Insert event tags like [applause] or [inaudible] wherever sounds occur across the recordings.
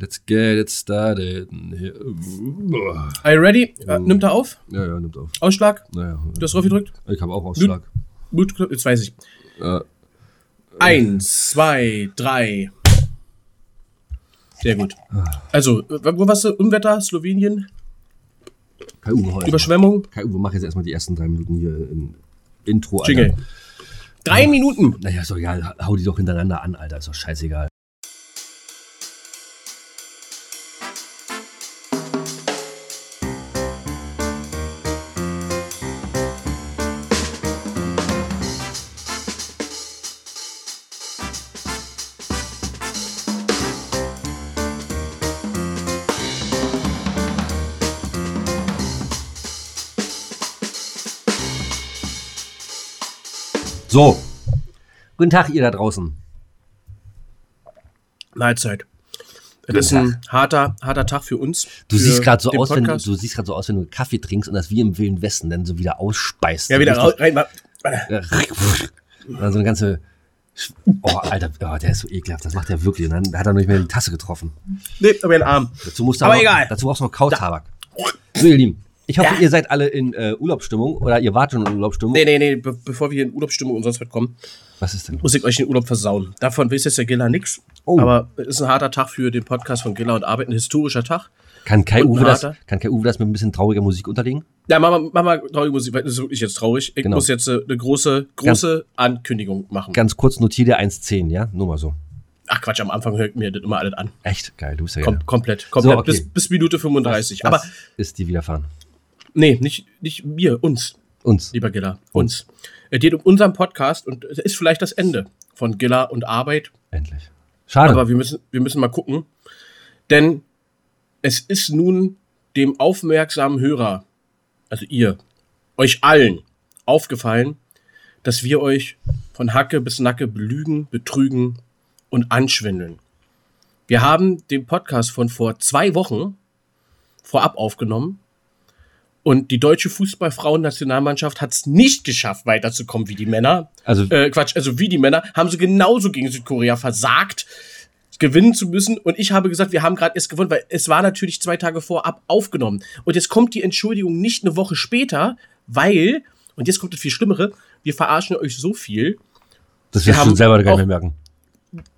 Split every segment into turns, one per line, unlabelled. Let's get it started.
Are you ready? Äh,
Ja.
Nimmt er auf?
Ja, ja, nimmt auf.
Ausschlag?
Naja.
Du hast drauf gedrückt?
Ich habe auch Ausschlag.
Gut, jetzt weiß ich.
Äh,
Eins, zwei, drei. Sehr gut. Also, w- wo warst du? Unwetter, Slowenien,
Kai Uwe heute.
Überschwemmung,
Kai Uwe, mach jetzt erstmal die ersten drei Minuten hier in Intro. Alter.
Jingle. Drei Minuten.
Naja, Hm, ist doch egal. Hau die doch hintereinander an, Alter. Ist doch scheißegal. So. Guten Tag, ihr da draußen.
Mahlzeit. Das ist ein harter, harter Tag für uns.
Du
für
siehst gerade so
den
aus, wenn, du
Podcast.
siehst gerade so aus, wenn du Kaffee trinkst und das wie im Wilden Westen dann so wieder ausspeist.
Ja, wieder
Richtig-
raus. Rein, wa-
Ja, [laughs] Und dann so eine ganze. Sch- Oh, Alter, oh, der ist so ekelhaft. Das macht er wirklich. Und dann hat er noch nicht mehr die Tasse getroffen.
nee, aber den Arm.
Dazu musst du
Aber
noch,
egal.
Dazu brauchst du noch Kautabak. So, ihr Lieben. Ich hoffe,
Ja.
ihr seid alle in äh, Urlaubsstimmung oder ihr wart schon in Urlaubsstimmung.
Nee, nee, nee, be bevor wir hier in Urlaubsstimmung und sonst was kommen,
Was ist denn?
muss ich euch den Urlaub versauen. Davon weiß jetzt der Giller nix.
Oh.
Aber es ist ein harter Tag für den Podcast von Giller und Arbeit, ein historischer Tag.
Kann Kai,
Und
Uwe das,
Harter?
kann Kai Uwe das mit ein bisschen trauriger Musik unterlegen?
Ja, mach mal, mach mal traurige Musik, weil das ist wirklich jetzt traurig. Ich
Genau.
muss jetzt äh, eine große, große Ankündigung machen.
Ganz kurz notier dir 1,10, ja? Nur mal so.
Ach Quatsch, am Anfang hört mir das immer alles an.
Echt geil, du bist ja
Kom
geil.
Komplett, komplett.
Genau. okay.
bis, bis Minute 35.
Was
Aber
ist die widerfahren?
nee, nicht, nicht mir, uns,
Uns.
lieber Giller, uns. Es geht um unseren Podcast und es ist vielleicht das Ende von Giller und Arbeit.
Endlich. Schade.
Aber wir müssen, wir müssen mal gucken. Denn es ist nun dem aufmerksamen Hörer, also ihr, euch allen aufgefallen, dass wir euch von Hacke bis Nacke belügen, betrügen und anschwindeln. Wir haben den Podcast von vor zwei Wochen vorab aufgenommen und die deutsche Fußballfrauennationalmannschaft hat es nicht geschafft, weiterzukommen wie die Männer
also,
äh, Quatsch, also wie die Männer, haben sie genauso gegen Südkorea versagt, gewinnen zu müssen. Und ich habe gesagt, wir haben gerade erst gewonnen, weil es war natürlich zwei Tage vorab aufgenommen. Und jetzt kommt die Entschuldigung nicht eine Woche später, weil, und jetzt kommt das viel Schlimmere, wir verarschen euch so viel,
das
wir
wirst du
haben
selber gar nicht
auch-
mehr merken.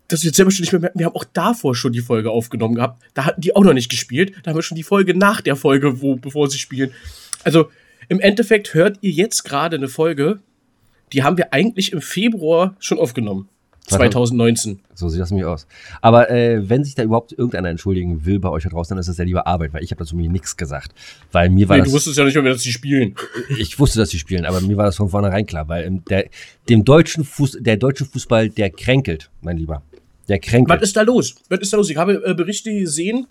dass wir jetzt selber schon nicht mehr merken, wir haben auch davor schon die Folge aufgenommen gehabt. Da hatten die auch noch nicht gespielt. Da haben wir schon die Folge nach der Folge, wo, bevor sie spielen. Also im Endeffekt hört ihr jetzt gerade eine Folge, die haben wir eigentlich im Februar schon aufgenommen. 2019.
So sieht das nämlich aus. Aber äh, wenn sich da überhaupt irgendeiner entschuldigen will bei euch da draußen, dann ist das ja lieber Arbeit, weil ich habe dazu mir nichts gesagt. Weil mir war
Nee, du
das,
wusstest ja nicht mal mehr, dass
[laughs]
sie spielen.
ich wusste, dass sie spielen, aber mir war das von vornherein klar, weil ähm, der, dem deutschen Fuß, der deutsche Fußball, der kränkelt, mein Lieber. Der
Was
kränkelt.
ist da los? Was ist da los? Ich habe äh, Berichte gesehen,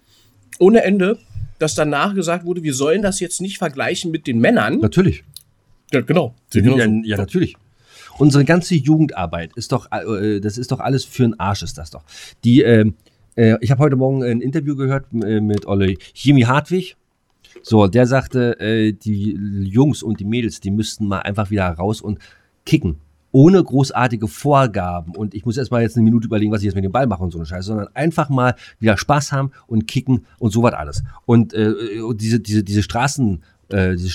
ohne Ende, dass danach gesagt wurde, wir sollen das jetzt nicht vergleichen mit den Männern.
Natürlich.
Ja, genau.
Ja,
Genau so.
ja, natürlich. Unsere ganze Jugendarbeit ist doch, äh, das ist doch alles für einen Arsch, ist das doch. Die, ähm, äh, ich habe heute Morgen ein Interview gehört äh, mit Olle Jimmy Hartwig. So, der sagte, äh, die Jungs und die Mädels, die müssten mal einfach wieder raus und kicken. Ohne großartige Vorgaben. Und ich muss erstmal jetzt eine Minute überlegen, was ich jetzt mit dem Ball mache und so eine Scheiße, sondern einfach mal wieder Spaß haben und kicken und sowas alles. Und äh, und diese, diese, diese Straßen. äh, Diese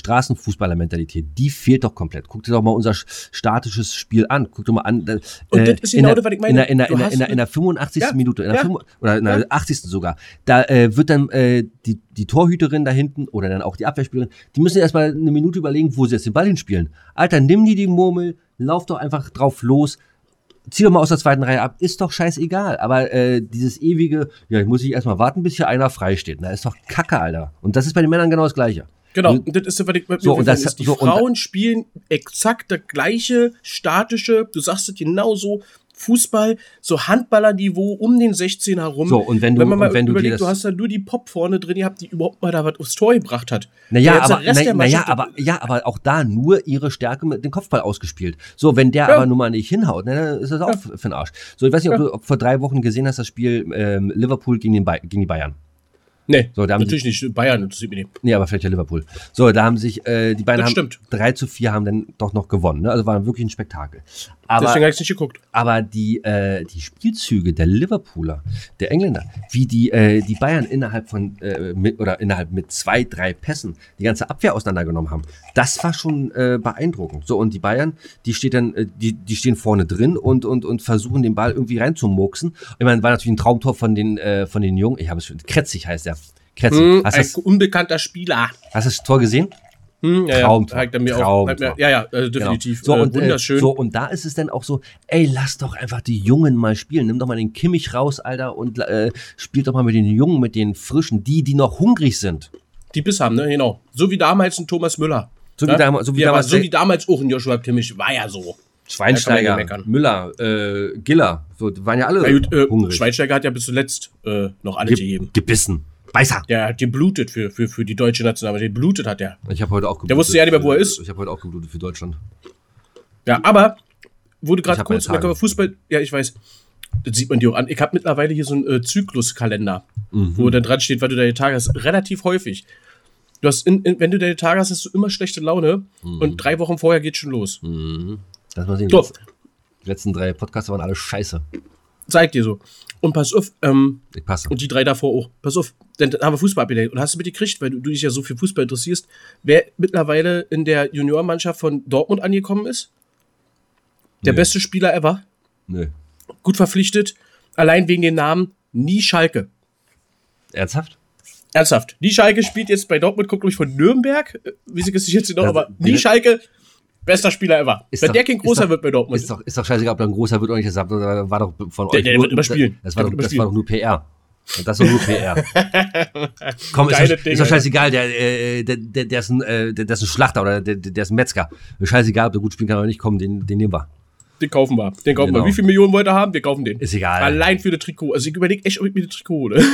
Straßenfußballer-Mentalität, die fehlt doch komplett. Guck dir doch mal unser sch- statisches Spiel an. Guck dir mal an. äh,
Und das ist
in
genau
der-
das, was ich
In
meine.
der, in der,
Du
in der,
hast
in der, in der 85.
Ja,
Minute, in der
ja.
fünf- oder in der
Ja.
80. sogar, da äh, wird dann äh, die, die Torhüterin da hinten oder dann auch die Abwehrspielerin, die müssen erstmal eine Minute überlegen, wo sie jetzt den Ball hinspielen. Alter, nimm die die Murmel, lauf doch einfach drauf los, zieh doch mal aus der zweiten Reihe ab, ist doch scheißegal. Aber äh, dieses ewige, ja, ich muss ich erstmal warten, bis hier einer frei steht. Na, ist doch Kacke, Alter. Und das ist bei den Männern genau das Gleiche.
Genau, und das ist so, was ich mit
Hm? So,
mir
und das-
ist. Die
so, und-
Frauen spielen exakt das gleiche, statische, du sagst es genauso, Fußball, so Handballerniveau um den 16 herum.
So, und wenn du-
man mal
und wenn du dir
überlegt,
das-
du hast da nur die Pop vorne drin gehabt, die überhaupt mal da was aufs Tor gebracht hat. Der
Naja,
ganze
aber,
Rest
na,
der
naja,
Mannschaft-
aber, ja, aber auch da nur ihre Stärke mit dem Kopfball ausgespielt. So, wenn der
Ja.
aber nun mal nicht hinhaut, na, dann ist das auch für den Arsch. So, ich weiß nicht, ob du vor drei Wochen gesehen hast, das Spiel ähm, Liverpool gegen, den Bay- gegen die Bayern.
Nee,
So, da haben
natürlich nicht. Bayern interessiert mich nicht.
Nee, aber vielleicht ja Liverpool. So, da haben sich äh, die beiden
Das
haben
stimmt.
3 zu 4 haben dann doch noch gewonnen. Ne? Also war wirklich ein Spektakel. Aber,
Deswegen habe ich es nicht geguckt.
aber die, äh, die Spielzüge der Liverpooler, der Engländer, wie die, äh, die Bayern innerhalb von äh, mit, oder innerhalb mit zwei, drei Pässen die ganze Abwehr auseinandergenommen haben, das war schon äh, beeindruckend. So, und die Bayern, die steht dann, äh, die, die stehen vorne drin und, und, und versuchen den Ball irgendwie reinzumurksen. Ich meine, war natürlich ein Traumtor von den, äh, von den Jungen. Ich habe es schon. Kretzig heißt der. Kretzig.
Hm,
hast, du
ein
das,
unbekannter Spieler.
hast du das Tor gesehen?
Hm, ja,
Traumtor.
Ja, hat er mir auch,
Traumtor.
hat mir, ja, ja, also definitiv.
Genau. So,
äh,
und,
wunderschön.
Äh, so, und da ist es dann auch so, ey, lass doch einfach die Jungen mal spielen. Nimm doch mal den Kimmich raus, Alter, und äh, spielt doch mal mit den Jungen, mit den Frischen, die, die noch hungrig sind.
Die Biss haben, ne? Genau. So wie damals ein Thomas Müller.
So wie
ne?
dam- so wie
ja,
damals-
damals. So wie damals auch ein Joshua Kimmich. War ja so.
Schweinsteiger,
Da kann man ja meckern.
Müller, äh, Giller, so, die waren ja alle
Na gut, äh,
hungrig.
Schweinsteiger hat ja bis zuletzt äh, noch
Ge
angegeben.
gebissen. Beißer.
Der hat geblutet für, für, für die deutsche Nationalmannschaft. Geblutet hat er.
Ich habe heute auch geblutet.
wusste ja nicht mehr, wo er
für-
ist.
Ich habe heute auch geblutet für Deutschland.
Ja, aber wurde
Ich
gerade
hab meine
kurz, da können
Tage.
wir Fußball, ja, ich weiß, das sieht man dir auch an. Ich habe mittlerweile hier so einen äh, Zykluskalender,
Mhm.
wo dann dran steht, weil du deine Tage hast, relativ häufig. Du hast in, in, wenn du deine Tage hast, hast du immer schlechte Laune
Mhm.
und drei Wochen vorher geht schon los.
Lass mal sehen.
So.
letz- Die letzten drei Podcasts waren alle scheiße.
Zeig dir so. Und pass auf, ähm,
Ich passe.
und die drei davor auch, pass auf, dann haben wir Fußball abgedeckt. Und hast du mitgekriegt, weil du, du dich ja so für Fußball interessierst, wer mittlerweile in der Juniormannschaft von Dortmund angekommen ist? Der
Nee.
beste Spieler ever?
Nö.
gut verpflichtet, allein wegen dem Namen Nie Schalke.
Ernsthaft?
Ernsthaft, Nie Schalke spielt jetzt bei Dortmund, guckt euch von Nürnberg, äh, wie sie es jetzt noch,
Also,
aber Nie
der-
Schalke, bester Spieler ever.
Ist
Wenn
doch-
der kein
ist
großer
doch-
wird bei Dortmund,
Ist doch, ist doch scheißegal, ob da ein großer wird oder nicht. Das war doch von euch.
Der- der
nur-
wird überspielen.
Das war,
Der
doch,
wird
das war doch nur PR. Das war nur
[laughs]
PR. Komm, ist
Geile
doch, ist
Dinge.
doch scheißegal, der, äh, der, der, der, ist ein, äh, der, der ist ein Schlachter oder der, der der ist ein Metzger. Scheißegal, ob der gut spielen kann oder nicht, komm, den, den nehmen wir.
den kaufen wir. Den kaufen
Genau.
wir. Wie viele Millionen wollt ihr haben? Wir kaufen den.
Ist egal.
Allein für das Trikot. Also ich überlege echt, ob ich mir das Trikot hole. Hm.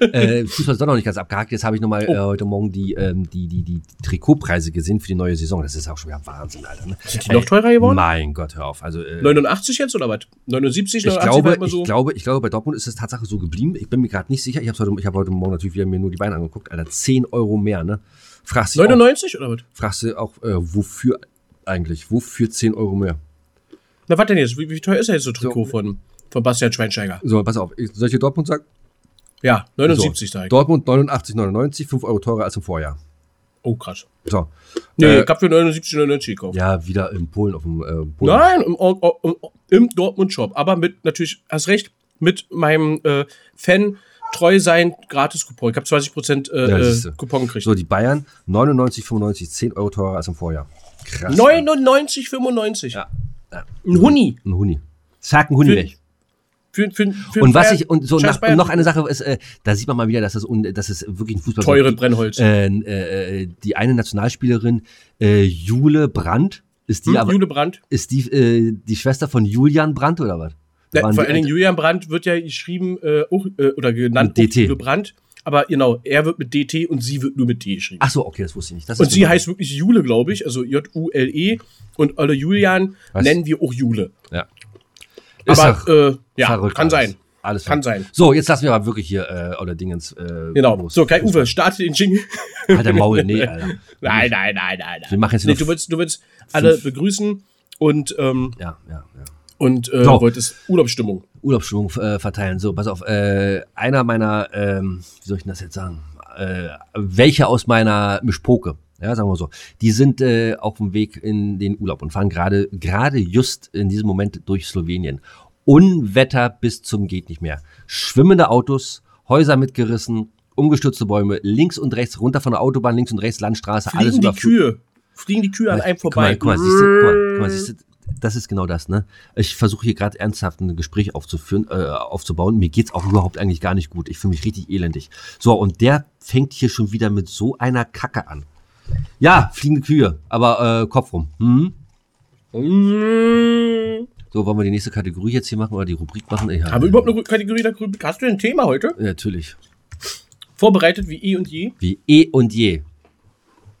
äh, Fußball ist doch noch nicht ganz abgehakt. Jetzt habe ich
Oh.
nochmal äh, heute Morgen die, ähm, die, die, die Trikotpreise gesehen für die neue Saison. Das ist auch schon wieder Wahnsinn, Alter. Ne? Sind
die noch teurer geworden?
Mein Gott, hör auf. Also, äh,
89 jetzt oder was? 79,
Ich
89
glaube,
war immer
ich,
halt so.
glaube, ich glaube, bei Dortmund ist es Tatsache so geblieben. Ich bin mir gerade nicht sicher. Ich habe heute, ich hab heute Morgen natürlich wieder mir nur die Beine angeguckt. Alter, 10 Euro mehr, ne? Fragst du auch,
99 oder was?
fragst du auch äh, wofür eigentlich? Wofür 10 Euro mehr?
Na, was denn jetzt? Wie, wie teuer ist denn jetzt so ein Trikot
So. äh,
von, von Bastian Schweinsteiger?
So, pass auf. Ich, soll ich dir Dortmund sagen?
Ja, 79
so,
sag ich.
Dortmund 89,99, 5 Euro teurer als im Vorjahr.
Oh, krass.
So.
Nee,
Äh,
ich hab für 79, 99 gekauft.
ja, wieder in Polen auf dem äh, Polen.
Nein, im, Or- Or- im, im Dortmund-Shop. Aber mit, natürlich, hast recht, mit meinem äh, Fan treu sein Gratis-Coupon. Ich habe 20% äh,
Ja,
äh,
siehste.
Coupon gekriegt.
So, die Bayern 99,95, 10 Euro teurer als im Vorjahr. Krass.
99,95.
Ja. Ja.
Ein Huni.
Ein Huni. Zack, ein Huni
Für-
weg.
Für, für, für
Und was
Bayern-
ich und so
Scheiß
nach,
Bayern.
und noch eine Sache ist, äh, da sieht man mal wieder, dass das un, dass es wirklich ein Fußball
Teure Brennholz.
Äh, äh, äh, die eine Nationalspielerin äh, Jule Brandt ist die
hm?
aber
Jule Brandt.
ist die äh, die Schwester von Julian Brandt oder was?
Ja,
Waren
vor
die
allen Dingen
alt-
Julian Brandt wird ja geschrieben äh, auch, äh, oder genannt
Mit DT.
auch Jule Brandt. Aber genau, er wird mit DT und sie wird nur mit D geschrieben.
Ach so, okay, das wusste ich nicht. Das
und
ist
sie
genau-
heißt wirklich Jule, glaube ich. Also J-U-L-E. Und alle Julian
Was?
nennen wir auch Jule.
Ist
aber
doch
äh, ja,
verrückt alles.
kann sein.
Alles
Kann
verrückt.
sein.
So, jetzt lassen wir aber wirklich hier äh, oder Dingens. Äh,
Genau.
los.
So, Kai Uwe, starte den Jingle. [laughs]
Alter Maul, nee, Alter.
nein, nein, nein, nein,
Wir
nein.
machen jetzt
Nee,
wieder.
du willst, du willst alle begrüßen und, ähm,
ja, ja, ja.
und äh,
So.
wolltest Urlaubsstimmung.
Urlaubsschwung äh, verteilen. So, pass auf. Äh, einer meiner, ähm, wie soll ich denn das jetzt sagen? Äh, welche aus meiner Mischpoke, ja, sagen wir so, die sind äh, auf dem Weg in den Urlaub und fahren gerade, gerade just in diesem Moment durch Slowenien. Unwetter bis zum geht nicht mehr. Schwimmende Autos, Häuser mitgerissen, umgestürzte Bäume, links und rechts runter von der Autobahn, links und rechts Landstraße,
Fliegen
alles
die
überflutet.
Kühe. Fliegen die Kühe an einem
Guck mal,
vorbei.
guck mal, siehst du, guck mal, guck mal, siehst du, das ist genau das, ne? Ich versuche hier gerade ernsthaft ein Gespräch aufzuführen, äh, aufzubauen. Mir geht's auch überhaupt eigentlich gar nicht gut. Ich fühle mich richtig elendig. So, und der fängt hier schon wieder mit so einer Kacke an. Ja, fliegende Kühe, aber äh, Kopf rum. Hm?
Mm.
So, wollen wir die nächste Kategorie jetzt hier machen oder die Rubrik machen? Ich,
Haben wir überhaupt eine Kategorie da grün? Hast du ein Thema heute?
Ja, Natürlich.
Vorbereitet wie eh und je.
Wie eh und je.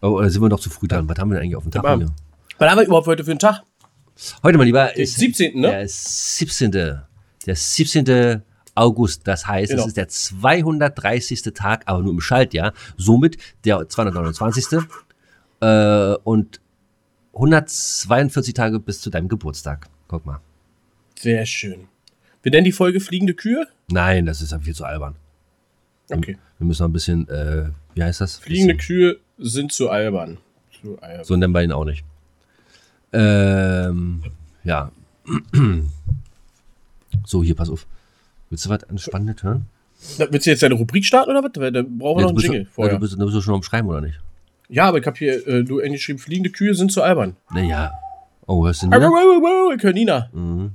Oh, oder sind wir noch zu früh dran? Was haben wir denn eigentlich auf dem Tag?
Aber-
hier?
Was haben wir überhaupt heute für einen Tag? Ne?
Heute, mein Lieber, ist
17., ne?
der 17. Der 17. August. Das heißt,
Genau.
es ist der 230. Tag, aber nur im Schaltjahr. Somit der 229. Äh, und 142 Tage bis zu deinem Geburtstag. Guck mal.
Sehr schön. Wir nennen die Folge Fliegende Kühe?
Nein, das ist ja viel zu albern.
Okay.
Wir müssen noch ein bisschen, äh, wie heißt das?
Fliegende
bisschen,
Kühe sind zu albern. Zu albern.
So nennen wir ihn auch nicht. Ähm, ja. [clears throat] So, hier, pass auf. Willst du was Entspannendes hören?
Na, willst du jetzt deine Rubrik starten oder was? Weil da brauchen wir
Ja,
noch
du,
einen
bist,
Jingle
ja, du,
vorher.
bist, du bist doch schon am Schreiben, oder nicht?
Ja, aber ich habe hier äh, du geschrieben, fliegende Kühe sind zu albern.
Naja. Oh, hörst du
Ja?
nicht?
Ich höre Nina.
Mhm.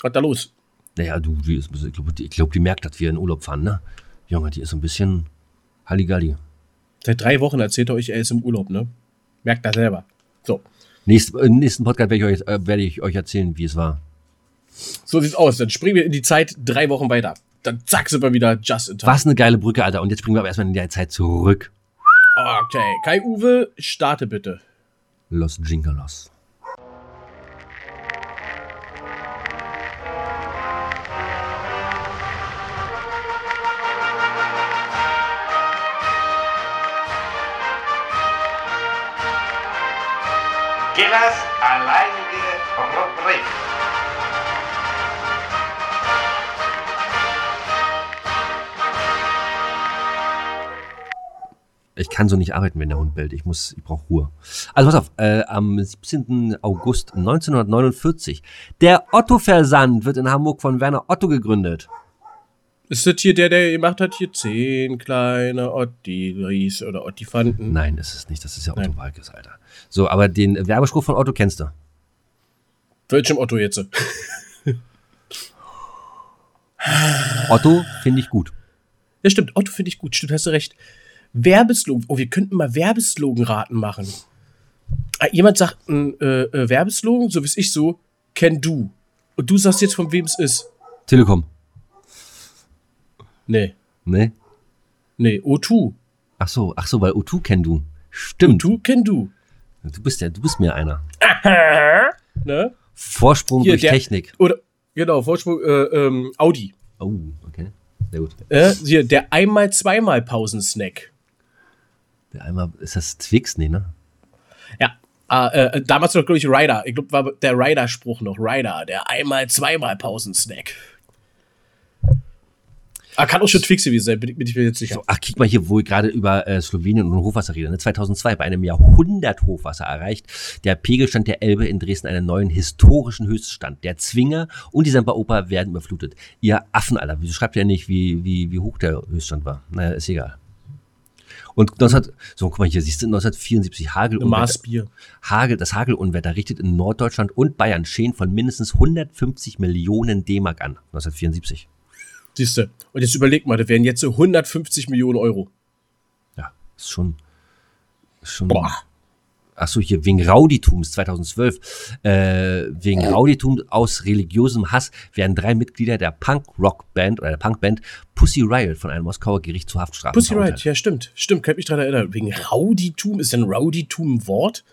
Was da los?
Naja, du, die ist, ein bisschen- ich glaube, die, ich glaub, die merkt, dass wir in Urlaub fahren, ne? Junge, die ist so ein bisschen Halligalli.
Seit drei Wochen erzählt er euch, er ist im Urlaub, ne? Merkt das selber. So.
Nächst, Im nächsten Podcast werde ich, euch, äh, werde ich euch erzählen, wie es war.
So sieht's aus. Dann springen wir in die Zeit drei Wochen weiter. Dann zack, sind wir wieder just in time.
Was eine geile Brücke, Alter. Und jetzt springen wir aber erstmal in die Zeit zurück.
Okay. Kai-Uwe, starte bitte.
Los Jingalos.
Killers alleinige Rubrik.
Ich kann so nicht arbeiten, wenn der Hund bellt. Ich muss, ich brauche Ruhe. Also pass auf, äh, am 17. August 1949. Der Otto-Versand wird in Hamburg von Werner Otto gegründet.
Ist das hier der, der gemacht hat? Hier zehn kleine Ottilis oder Ottifanten.
Nein, ist es nicht. Das ist ja Otto
Nein.
Walkes, Alter. So, aber den Werbespruch von Otto kennst du.
Welchem Otto jetzt?
Otto finde ich gut.
Ja, stimmt. Otto finde ich gut. Stimmt, hast du recht. Werbeslogan. Oh, wir könnten mal Werbeslogan-Raten machen. Ah, Jemand sagt einen äh, äh, Werbeslogan, so wie es ich so, can do. Und du sagst jetzt, von wem es ist.
Telekom.
Nee,
Ne?
nee, O2.
Ach so, ach so, weil O2 kennt du. Stimmt.
Du can do.
Du bist ja, du bist mir einer.
Ne?
Vorsprung
Hier,
durch
der-
Technik.
Oder, genau, Vorsprung, äh, ähm, Audi.
Oh, okay. Sehr gut.
Äh, hier, der einmal zweimal Pausensnack.
Der einmal, ist das Twix? Nee, ne?
Ja. Ah, äh, damals noch, glaube ich, Ryder. Ich glaube, war der Ryder-Spruch noch. Ryder, der einmal zweimal Pausensnack. Ah, kann auch schon Twix gewesen sein, bin, ich- bin ich mir jetzt sicher.
So, ach, guck mal hier, wo ich gerade über äh, Slowenien und Hochwasser rede. Ne? 2002 bei einem Jahrhundert-Hochwasser erreicht der Pegelstand der Elbe in Dresden einen neuen historischen Höchststand. Der Zwinger und die Semperoper werden überflutet. Ihr Affen, Alter. Wieso schreibt ihr nicht, wie, wie, wie hoch der Höchststand war? Naja, ist egal. Und 19, so, guck mal hier, siehst du, 1974 Hagel
Eine Maßbier.
Hagel, das Hagelunwetter richtet in Norddeutschland und Bayern Schäden von mindestens 150 Millionen D-Mark an. 1974.
Siehst du. Und jetzt überleg mal, das wären jetzt so 150 Millionen Euro.
Ja, ist schon. Ist schon
Boah.
Achso, hier wegen Rauditums 2012. Äh, wegen Rauditum aus religiösem Hass werden drei Mitglieder der Punk-Rock-Band oder der Punk-Band Pussy Riot von einem Moskauer Gericht zu Haftstrafen
Pussy Riot,
verurteilt.
ja, stimmt. Stimmt, kann ich mich dran erinnern. Wegen Rauditum, ist denn Rauditum ein Wort?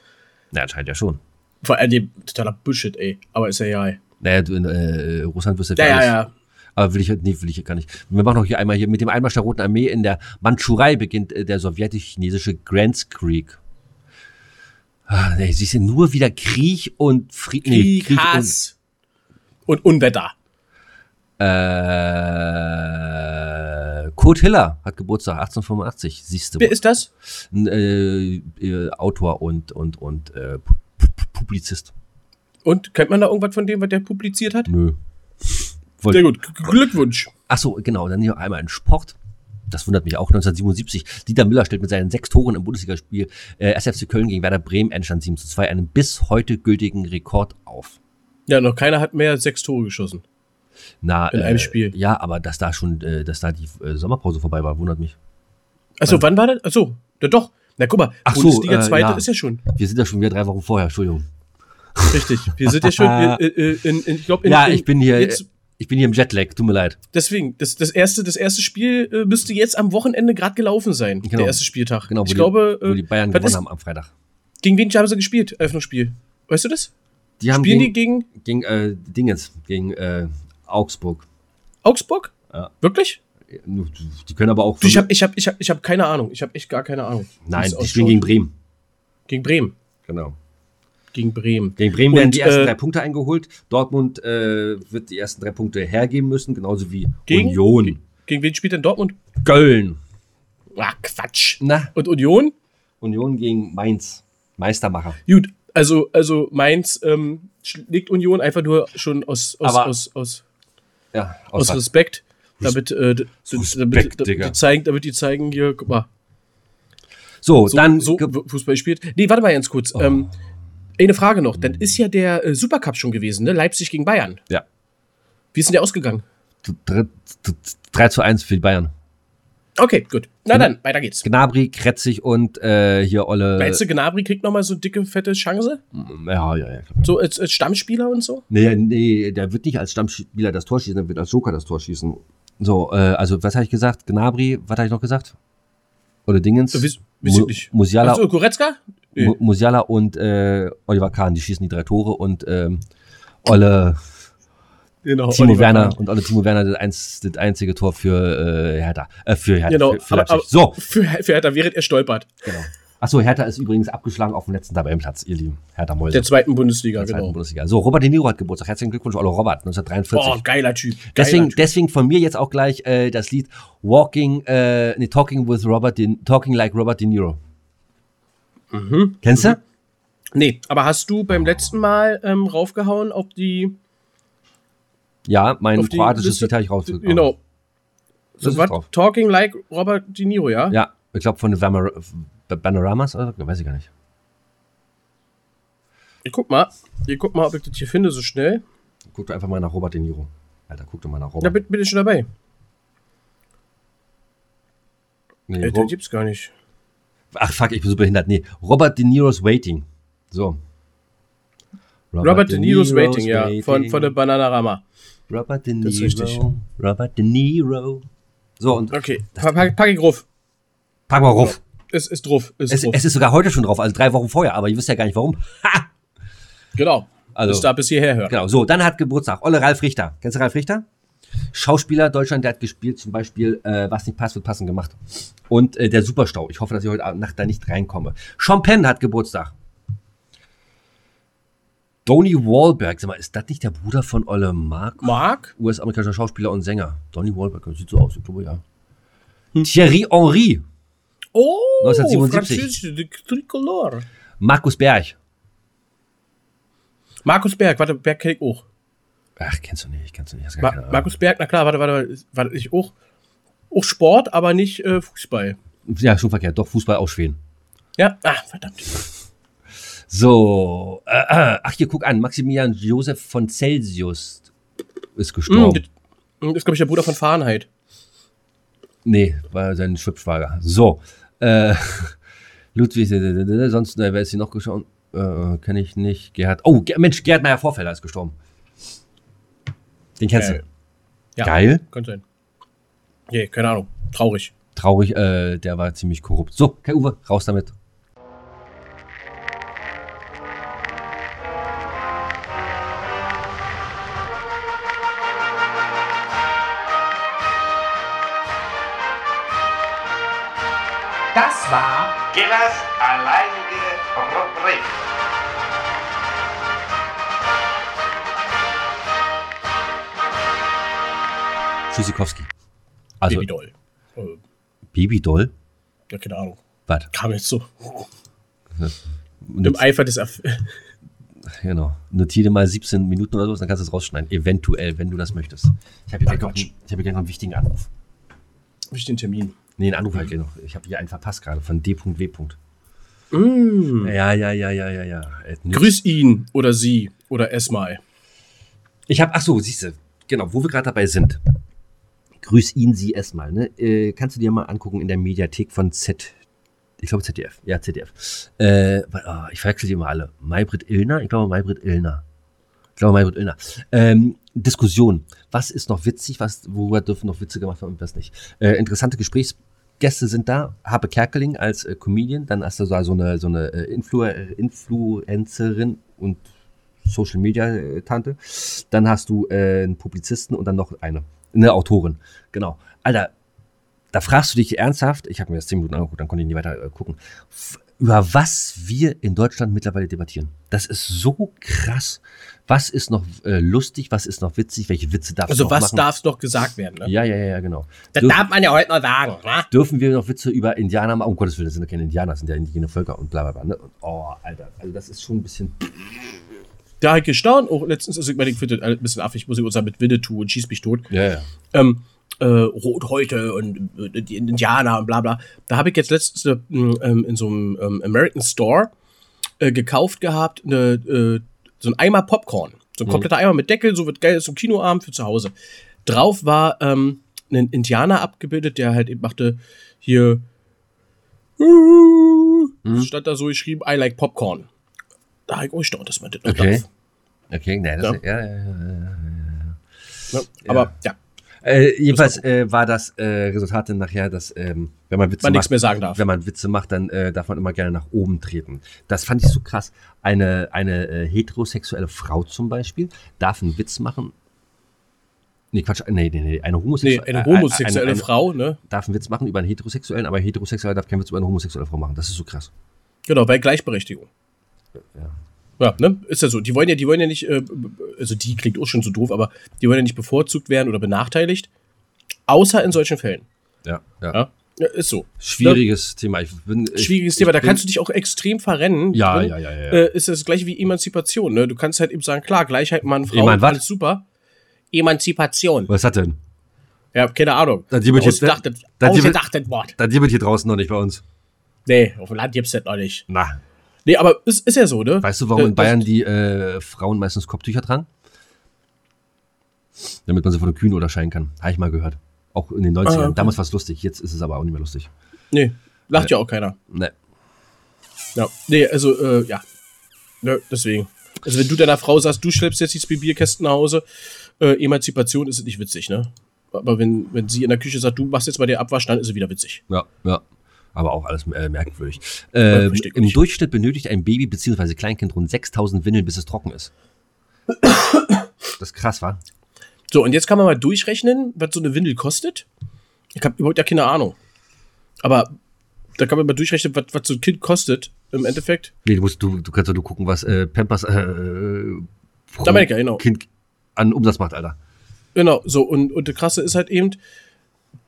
Na, anscheinend ja schon.
Vor allem dem totaler Bullshit, ey. Aber ist ja egal.
Naja, du in äh, Russland wirst du
Ja, ja,
alles-
ja.
Aber will ich, nee, will ich hier gar nicht. Wir machen noch hier einmal hier mit dem Einmarsch der Roten Armee in der Mandschurei beginnt äh, der sowjetisch-chinesische Grants Krieg. Ah, nee, siehst du, nur wieder Krieg und Fried, nee,
Krieg, Hass. Und Unwetter.
und, äh, Kurt Hiller hat Geburtstag 1885, siehst du.
Wer ist das?
Ein, äh, äh, Autor und, und, und äh, Pu- Pu- Publizist.
Und kennt man da irgendwas von dem, was der publiziert hat?
Nö.
Sehr gut. G- Glückwunsch.
Ach so, genau, dann hier noch einmal ein Sport. Das wundert mich auch. 1977. Dieter Müller stellt mit seinen sechs Toren im Bundesligaspiel äh, SFC Köln gegen Werder Bremen Endstand 7 zu 2 einen bis heute gültigen Rekord auf.
Ja, noch keiner hat mehr als sechs Tore geschossen.
Na,
In
äh,
einem Spiel.
Ja, aber dass da schon, äh, dass da die äh, Sommerpause vorbei war, wundert mich.
Achso, wann war das? Achso, na doch. Na guck mal,
Ach so,
Bundesliga
äh,
zweite
ja.
ist ja schon.
Wir sind ja schon wieder drei Wochen vorher, Entschuldigung.
Richtig. Wir sind
[laughs]
ja schon, wir, äh, äh, in, in, ich glaube,
ja, ich bin hier, äh,
Jetzt,
ich bin hier im Jetlag, tut mir leid.
deswegen, das, das, erste, das erste Spiel äh, müsste jetzt am Wochenende gerade gelaufen sein.
Genau.
Der erste Spieltag.
Genau, wo
ich
die,
glaube,
wo die
äh,
Bayern
was
gewonnen
ist-
haben am Freitag.
gegen wen haben sie gespielt? Eröffnungsspiel. Weißt du das?
Die haben gegen,
Spielen die gegen
gegen äh, Dingens, gegen äh, Augsburg.
Augsburg?
Ja.
Wirklich?
Die können aber auch.
Du, ich habe ich hab, ich hab, ich hab keine Ahnung. Ich habe echt gar keine Ahnung.
Nein,
Das ist
die
auch
spielen
schon-
gegen Bremen.
gegen Bremen.
Genau.
Gegen Bremen.
Gegen Bremen werden
Und,
die ersten
äh,
drei Punkte eingeholt. Dortmund äh, wird die ersten drei Punkte hergeben müssen, genauso wie
Gegen?
Union.
Gegen wen spielt denn Dortmund?
Köln.
Ah, Quatsch.
Na,
Und Union?
Union gegen Mainz. Meistermacher.
Gut, also, also Mainz ähm, schlägt Union einfach nur schon aus, aus,
Aber-
aus, aus,
Ja,
aus
Auswärts.
Respekt. Damit, äh, d- d-
Respekt,
damit, damit,
Digga.
die zeigen, damit die zeigen, hier, guck mal,
so,
so,
dann.
so
ge- Oh.
wird Fußball gespielt. Nee, warte mal ganz kurz. Ähm, eine Frage noch. Dann ist ja der äh, Supercup schon gewesen, ne? Leipzig gegen Bayern.
ja.
Wie ist denn der ausgegangen?
3 zu 1 für die Bayern.
Okay, gut. Na dann, weiter geht's.
Gnabry, Kretzig und äh, hier Olle.
Meinst du, Gnabry kriegt nochmal so dicke, fette Chance?
Ja, ja, ja.
So als, als Stammspieler und so?
Nee, nee, der wird nicht als Stammspieler das Tor schießen, der wird als Joker das Tor schießen. So, äh, also was habe ich gesagt? Gnabry, was habe ich noch gesagt? Oder Dingens?
Äh, wiss- wiss ich
Mu-
nicht.
Musiala,
Also Goretzka? Nee.
Mu- Musiala und äh, Oliver Kahn, die schießen die drei Tore und ähm, Olle
Genau,
Timo
Oliver
Werner
Kahn.
und Olle Timo Werner das, eins, das einzige Tor für äh, Hertha. Äh, für Hertha.
Genau,
für, für
aber,
Leipzig. so,
aber für, für Hertha, während er stolpert.
genau. Achso, Hertha ist übrigens abgeschlagen auf dem letzten Tabellenplatz, ihr Lieben. Hertha Mäuse.
Der zweiten Bundesliga,
Der zweiten
genau.
Bundesliga. So, Robert De Niro hat Geburtstag. Herzlichen Glückwunsch, Olle Robert, 1943.
Boah, geiler Typ. Geiler
Deswegen,
typ.
deswegen von mir jetzt auch gleich äh, das Lied Walking, äh, nee, Talking with Robert, De, Talking like Robert De Niro.
Mhm.
Kennst du?
Nee, aber hast du beim letzten Mal ähm, raufgehauen auf die.
Ja, mein
Auf die
kroatisches
Liste-
Lied habe ich rausgekommen.
Genau.
Das
So
ist
was?
drauf.
Talking like Robert De Niro, ja?
Ja, ich glaube von den Vamar- B- Bananoramas oder so, weiß ich gar nicht.
Ich guck mal. Ich guck mal, ob ich das hier finde, so schnell.
Guck doch einfach mal nach Robert De Niro. Alter, guck doch mal nach
Da
Robert.
bin, bin ich schon dabei.
nee,
Äh,
Ro
den gibt's gar nicht.
Ach fuck, ich bin so behindert. Nee, Robert De Niro's Waiting. So.
Robert De Niro's Rating, ja. Von, von der Bananarama.
Robert De
Das ist richtig.
Niro. Robert De Niro. So, und
Okay, pa pack, pack ich drauf.
pack mal ruf.
Es ist drauf. Es ist
Es,
drauf.
es ist sogar heute schon drauf, also drei Wochen vorher, aber ihr wisst ja gar nicht warum. [laughs]
genau.
Also-
bis da bis hierher hört.
Genau, so, dann hat Geburtstag. Olle Ralf Richter. Kennst du Ralf Richter? Schauspieler Deutschland, der hat gespielt, zum Beispiel, äh, was nicht passt, wird passend gemacht. Und äh, der Superstau. Ich hoffe, dass ich heute Abend- Nacht da nicht reinkomme. Sean Penn hat Geburtstag. Donny Wahlberg, sag mal, ist das nicht der Bruder von Olle Mark?
Mark?
US-amerikanischer Schauspieler und Sänger. Donny Wahlberg, das sieht so aus, ich glaube, ja.
Hm.
Thierry Henry,
Oh,
1977.
französische die Tricolore.
Markus Berg.
Markus Berg, warte, Berg kenn ich auch.
Ach, kennst du nicht, kennst du nicht. Hast gar
Ma
keine Ahnung.
Markus Berg, na klar, warte, warte, warte, ich auch. Auch Sport, aber nicht äh, Fußball.
Ja, schon verkehrt. Doch, Fußball auch Schweden.
Ja, ah, verdammt.
So, äh, äh, ach hier, guck an, Maximilian Josef von Celsius ist
Mm,
gestorben.
das das ist, glaube ich, der Bruder von Fahrenheit.
Nee, war sein Schwibschwager. So, äh, [laughs] Ludwig, äh, äh, äh, sonst, äh, wer ist hier noch gestorben? Äh, kenne ich nicht. Gerhard, oh, Ger Mensch, Gerhard Meyer Vorfelder ist gestorben. Den kennst
Geil.
du.
Ja,
Geil.
Könnte sein. Nee, keine Ahnung. Traurig.
Traurig, äh, der war ziemlich korrupt. So, Kai Uwe, raus damit.
Das war
Gillers alleinige Rubrik.
Tschüssikowski. Also,
Baby Doll. Äh,
Babydoll?
ja, keine Ahnung.
Was?
Kam
[laughs]
jetzt so. Im
Nutz-
Eifer des Erf [laughs]
Genau. Notiere mal 17 Minuten oder so, dann kannst du es rausschneiden. Eventuell, wenn du das möchtest. Ich habe hier, gleich noch einen- ich hab hier gleich noch einen wichtigen Anruf.
Hab ich den Termin.
Nee, einen Anruf halt gleich noch. Ich habe hier einen verpasst gerade von D.W.
Mm.
Ja, ja, ja, ja, ja, ja. Äh, nö.
Grüß ihn oder sie oder es mal.
Ich habe, ach so, siehst du, genau, wo wir gerade dabei sind. Grüß ihn, sie erstmal. Ne? Äh, kannst du dir mal angucken in der Mediathek von Z. Ich glaube ZDF. Ja, ZDF. Äh, weil, ah, ich verwechsel die immer alle. Maybrit Illner? Ich glaube Maybrit Illner. Ich glaube Maybrit Illner. Ähm, Diskussion. Was ist noch witzig? Was, worüber dürfen noch Witze gemacht werden und was nicht? Äh, interessante Gesprächsgäste sind da. Habe Kerkeling als äh, Comedian. Dann hast du da so eine, so eine äh, Influ äh, Influencerin und Social Media äh, Tante. Dann hast du äh, einen Publizisten und dann noch eine. Eine Autorin, genau. Alter, da fragst du dich ernsthaft, ich habe mir das 10 Minuten angeguckt, dann konnte ich nicht weiter äh, gucken, f- über was wir in Deutschland mittlerweile debattieren. Das ist so krass. Was ist noch äh, lustig, was ist noch witzig, welche Witze darfst
Also
du noch
was
machen?
darf noch gesagt werden? Ne?
Ja, ja, ja, ja, genau.
Das
Dürf-
darf man ja heute noch sagen. Ne?
dürfen wir noch Witze über Indianer machen? Um Gottes Willen, das sind ja keine Indianer, das sind ja indigene Völker und bla bla bla. Ne? Und, oh, Alter, also das ist schon ein bisschen.
Da habe ich gestaunt. Oh, letztens ist ich bei den Quintet ein bisschen affig, muss ich uns mit Winnetou und schieß mich tot.
Ja, ja.
ähm, äh, Rothäute und äh, die Indianer und bla bla. Da habe ich jetzt letztens äh, mh, ähm, in so einem ähm, American Store äh, gekauft gehabt, eine, äh, so ein Eimer Popcorn. So ein kompletter Eimer mit Deckel, so wird geil zum Kinoabend für zu Hause. Drauf war ähm, ein Indianer abgebildet, der halt eben machte hier stand da so geschrieben, I like Popcorn. Da habe ich auch gestaunt, dass man das noch
Okay.
darf.
Okay, nein, das
Ja.
Ist, ja, ja, ja, ja.
Ne? Aber ja,
Äh, jedenfalls äh, war das äh, Resultat dann nachher, dass ähm, wenn man Witze
man nichts
macht,
mehr sagen darf.
wenn man Witze macht, dann äh, darf man immer gerne nach oben treten. Das fand ich so krass. Eine, eine äh, heterosexuelle Frau zum Beispiel darf einen Witz machen. Nee, Quatsch, nee, nee, nee. Eine
Nee,
homosexuelle,
eine homosexuelle
Also, äh, eine- eine-
Frau, ne?
darf einen Witz machen über einen Heterosexuellen, aber ein Heterosexueller darf keinen Witz über eine homosexuelle Frau machen. Das ist so krass.
Genau, bei Gleichberechtigung. Ja, ne? Ist ja so. Die wollen ja, die wollen ja nicht, äh, b- b- also die klingt auch schon so doof, aber die wollen ja nicht bevorzugt werden oder benachteiligt. Außer in solchen Fällen.
Ja,
Ja, ja ist so. Ne?
Schwieriges Thema. Ich bin, ich,
Schwieriges
ich
Thema, da
bin-
kannst du dich auch extrem verrennen.
Ja,
drin.
ja, ja, ja, ja.
Äh, ist das gleiche wie Emanzipation, ne? Du kannst halt eben sagen, klar, Gleichheit Mann, Frau,
Eman- was?
alles super. Emanzipation.
Was hat denn?
Ja, keine Ahnung.
Da die wird jetzt-
ausgedachtet,
da die wird-
ausgedachtet Wort.
Da gibt hier draußen noch nicht bei uns.
Nee, auf dem Land gibt's das noch nicht.
Na,
Nee, aber ist, ist ja so, ne?
weißt du, warum
Äh,
in Bayern die äh, Frauen meistens Kopftücher tragen? Damit man sie von den Kühen unterscheiden kann. Habe ich mal gehört. Auch in den 90ern.
Ah, okay.
Damals war es lustig, jetzt ist es aber auch nicht mehr lustig.
Nee, lacht ja auch keiner.
Ne.
Ja, nee, also, äh, ja. Nö, deswegen. Also, wenn du deiner Frau sagst, du schleppst jetzt die zwei Bierkästen nach Hause, äh, Emanzipation ist es nicht witzig, ne? Aber wenn, wenn sie in der Küche sagt, du machst jetzt mal den Abwasch, dann ist es wieder witzig.
Ja, ja. Aber auch alles äh, merkwürdig. Ähm,
richtig,
Im
richtig.
Durchschnitt benötigt ein Baby bzw. Kleinkind rund 6000 Windeln, bis es trocken
[coughs]
ist. Das ist krass, war?
So, und jetzt kann man mal durchrechnen, was so eine Windel kostet. Ich habe überhaupt ja keine Ahnung. Aber da kann man mal durchrechnen, was, was so ein Kind kostet im Endeffekt.
Nee, du, musst, du, du kannst doch nur gucken, was äh, Pampers äh, äh, pro
Amerika, genau.
Kind an Umsatz macht, Alter.
Genau, so, und, und das Krasse ist halt eben,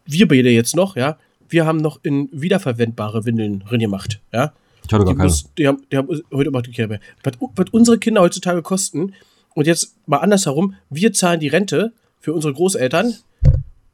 wir beide jetzt noch, ja, wir haben noch in wiederverwendbare Windeln drin gemacht, ja.
Ich hatte
Die, muss, die, haben, die haben heute macht die Kinder mehr. Was, was unsere Kinder heutzutage kosten, und jetzt mal andersherum, wir zahlen die Rente für unsere Großeltern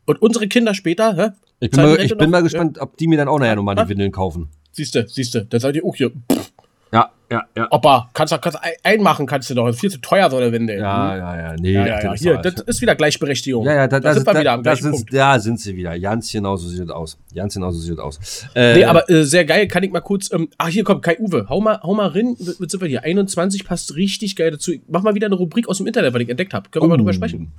und unsere Kinder später, hä?
Ich bin,
zahlen
mal,
die Rente
ich bin
noch,
mal gespannt, ob die mir dann auch nachher nochmal
Ah.
die Windeln kaufen.
Ja, siehste, siehste, dann seid ihr auch hier. Pff,
Ja, ja, ja.
Opa, kannst du kannst du ein- einmachen, kannst du doch. Ist viel zu teuer, so eine Windel.
Ja,
Hm?
ja, ja. Nee,
ja, ja,
ach,
ja.
das
Hier,
war-
das ist wieder Gleichberechtigung.
ja, ja, da, da,
sind wir
da,
wieder am
da,
gleichen
sind,
Punkt.
da sind sie wieder. Ganz genau so sieht das aus. Ganz genau so sieht das aus. Äh,
Nee, aber äh, sehr geil, kann ich mal kurz. Ähm, ach, hier kommt Kai Uwe. Hau mal, hau mal rein. Mit, mit sind wir hier. 21 passt richtig geil dazu. Ich mach mal wieder eine Rubrik aus dem Internet, weil ich entdeckt habe. Können wir mal drüber sprechen?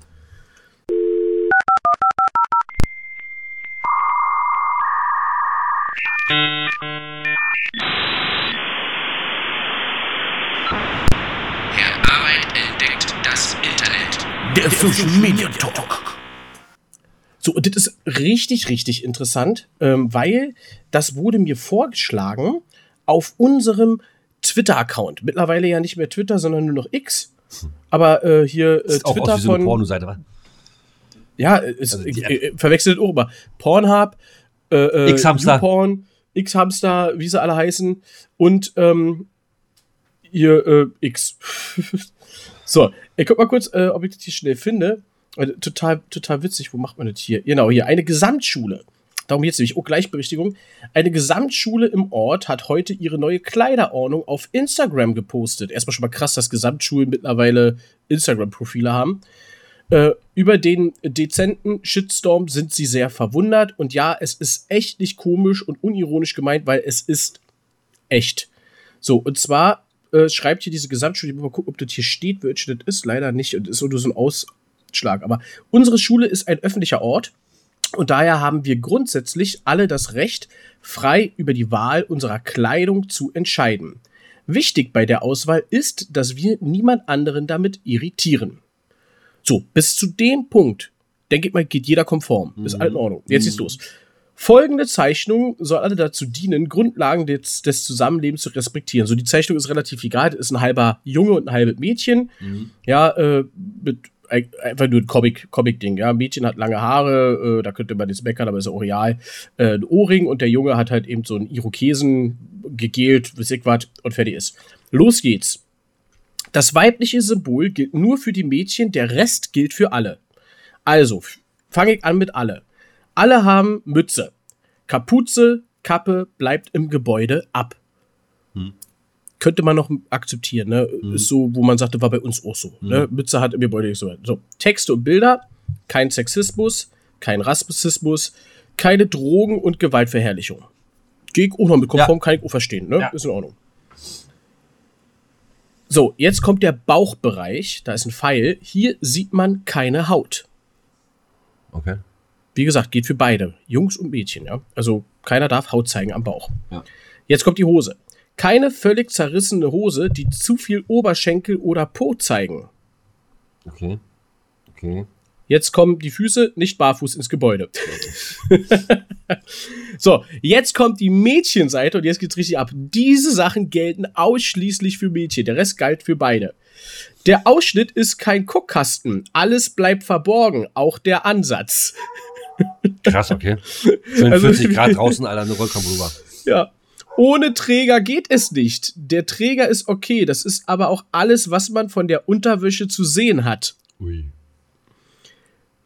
Herr Arbeit entdeckt das Internet.
Der Social Media Talk. So, und das ist richtig, richtig interessant, ähm, weil das wurde mir vorgeschlagen auf unserem Twitter-Account. Mittlerweile ja nicht mehr Twitter, sondern nur noch X. Aber äh, hier äh,
Hm. Ist auch
Twitter
aus wie so eine
von.
Pornoseite, wa?
Ja, äh, es,
Also die
ich,
App.
ich, ich verwechselt auch immer. Pornhub, äh, äh,
X-Hamster.
YouPorn, X-Hamster, wie sie alle heißen. Und ähm, ihr äh, X. [laughs] so, ich guck mal kurz, äh, ob ich das hier schnell finde. Äh, Total, total witzig, wo macht man das hier? Genau, hier, eine Gesamtschule. Darum geht's nämlich, oh, Gleichberechtigung. Eine Gesamtschule im Ort hat heute ihre neue Kleiderordnung auf Instagram gepostet. Erstmal schon mal krass, dass Gesamtschulen mittlerweile Instagram-Profile haben. Äh, über den dezenten Shitstorm sind sie sehr verwundert. Und ja, es ist echt nicht komisch und unironisch gemeint, weil es ist echt. So, und zwar äh, schreibt hier diese Gesamtschule, ich muss mal gucken, ob das hier steht, welche das ist, leider nicht. Und ist nur so ein Ausschlag. Aber unsere Schule ist ein öffentlicher Ort. Und daher haben wir grundsätzlich alle das Recht, frei über die Wahl unserer Kleidung zu entscheiden. Wichtig bei der Auswahl ist, dass wir niemand anderen damit irritieren. So, bis zu dem Punkt denke ich mal, geht jeder konform. Ist alles in Ordnung. Jetzt geht's los. Folgende Zeichnung soll alle dazu dienen, Grundlagen des, des Zusammenlebens zu respektieren. So, die Zeichnung ist relativ egal. Das ist ein halber Junge und ein halbes Mädchen. Ja, äh, mit, ein- einfach nur ein Comic- Comic-Ding. ja, Mädchen hat lange Haare, äh, da könnte man jetzt meckern, aber ist ja auch real. Äh, ein Ohrring und der Junge hat halt eben so einen Irokesen gegelt, weiß ich was, und fertig ist. Los geht's. Das weibliche Symbol gilt nur für die Mädchen, der Rest gilt für alle. Also, fange ich an mit alle. Alle haben Mütze. Kapuze, Kappe bleibt im Gebäude ab. Könnte man noch akzeptieren, ne? Ist so, wo man sagte, war bei uns auch so. Ne? Mütze hat im Gebäude nicht so. So, Texte und Bilder, kein Sexismus, kein Rassismus, keine Drogen und Gewaltverherrlichung. Geh ich auch noch mit konform, kann ich auch verstehen, ne?
Ja.
Ist in Ordnung. So, jetzt kommt der Bauchbereich, da ist ein Pfeil. Hier sieht man keine Haut
Okay.
wie gesagt, geht für beide, Jungs und Mädchen, ja. Also keiner darf Haut zeigen am Bauch.
Ja.
Jetzt kommt die Hose. Keine völlig zerrissene Hose, die zu viel Oberschenkel oder Po zeigen.
Okay. Okay.
Jetzt kommen die Füße nicht barfuß ins Gebäude. [laughs] so, jetzt kommt die Mädchenseite und jetzt geht's richtig ab. Diese Sachen gelten ausschließlich für Mädchen. Der Rest galt für beide. Der Ausschnitt ist kein Guckkasten. Alles bleibt verborgen, auch der Ansatz.
Krass,
[laughs]
okay. Schön
Also-
40 Grad draußen, Alter, eine Rollkamp rüber.
Ja. Ohne Träger geht es nicht. Der Träger ist okay. Das ist aber auch alles, was man von der Unterwäsche zu sehen hat.
Ui.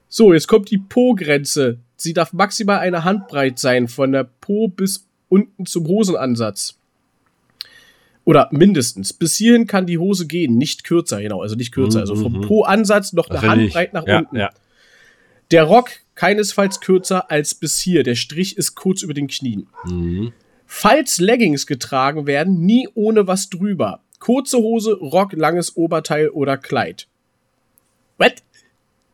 So, jetzt kommt die Po-Grenze. Sie darf maximal eine Handbreit sein, von der Po bis unten zum Hosenansatz. Oder mindestens. Bis hierhin kann die Hose gehen, nicht kürzer, genau, also nicht kürzer. Also vom Po-Ansatz noch eine Handbreit nach
Mhm. ja,
unten.
Ja.
Der Rock keinesfalls kürzer als bis hier. Der Strich ist kurz über den Knien.
Mhm.
Falls Leggings getragen werden, nie ohne was drüber. Kurze Hose, Rock, langes Oberteil oder Kleid. What?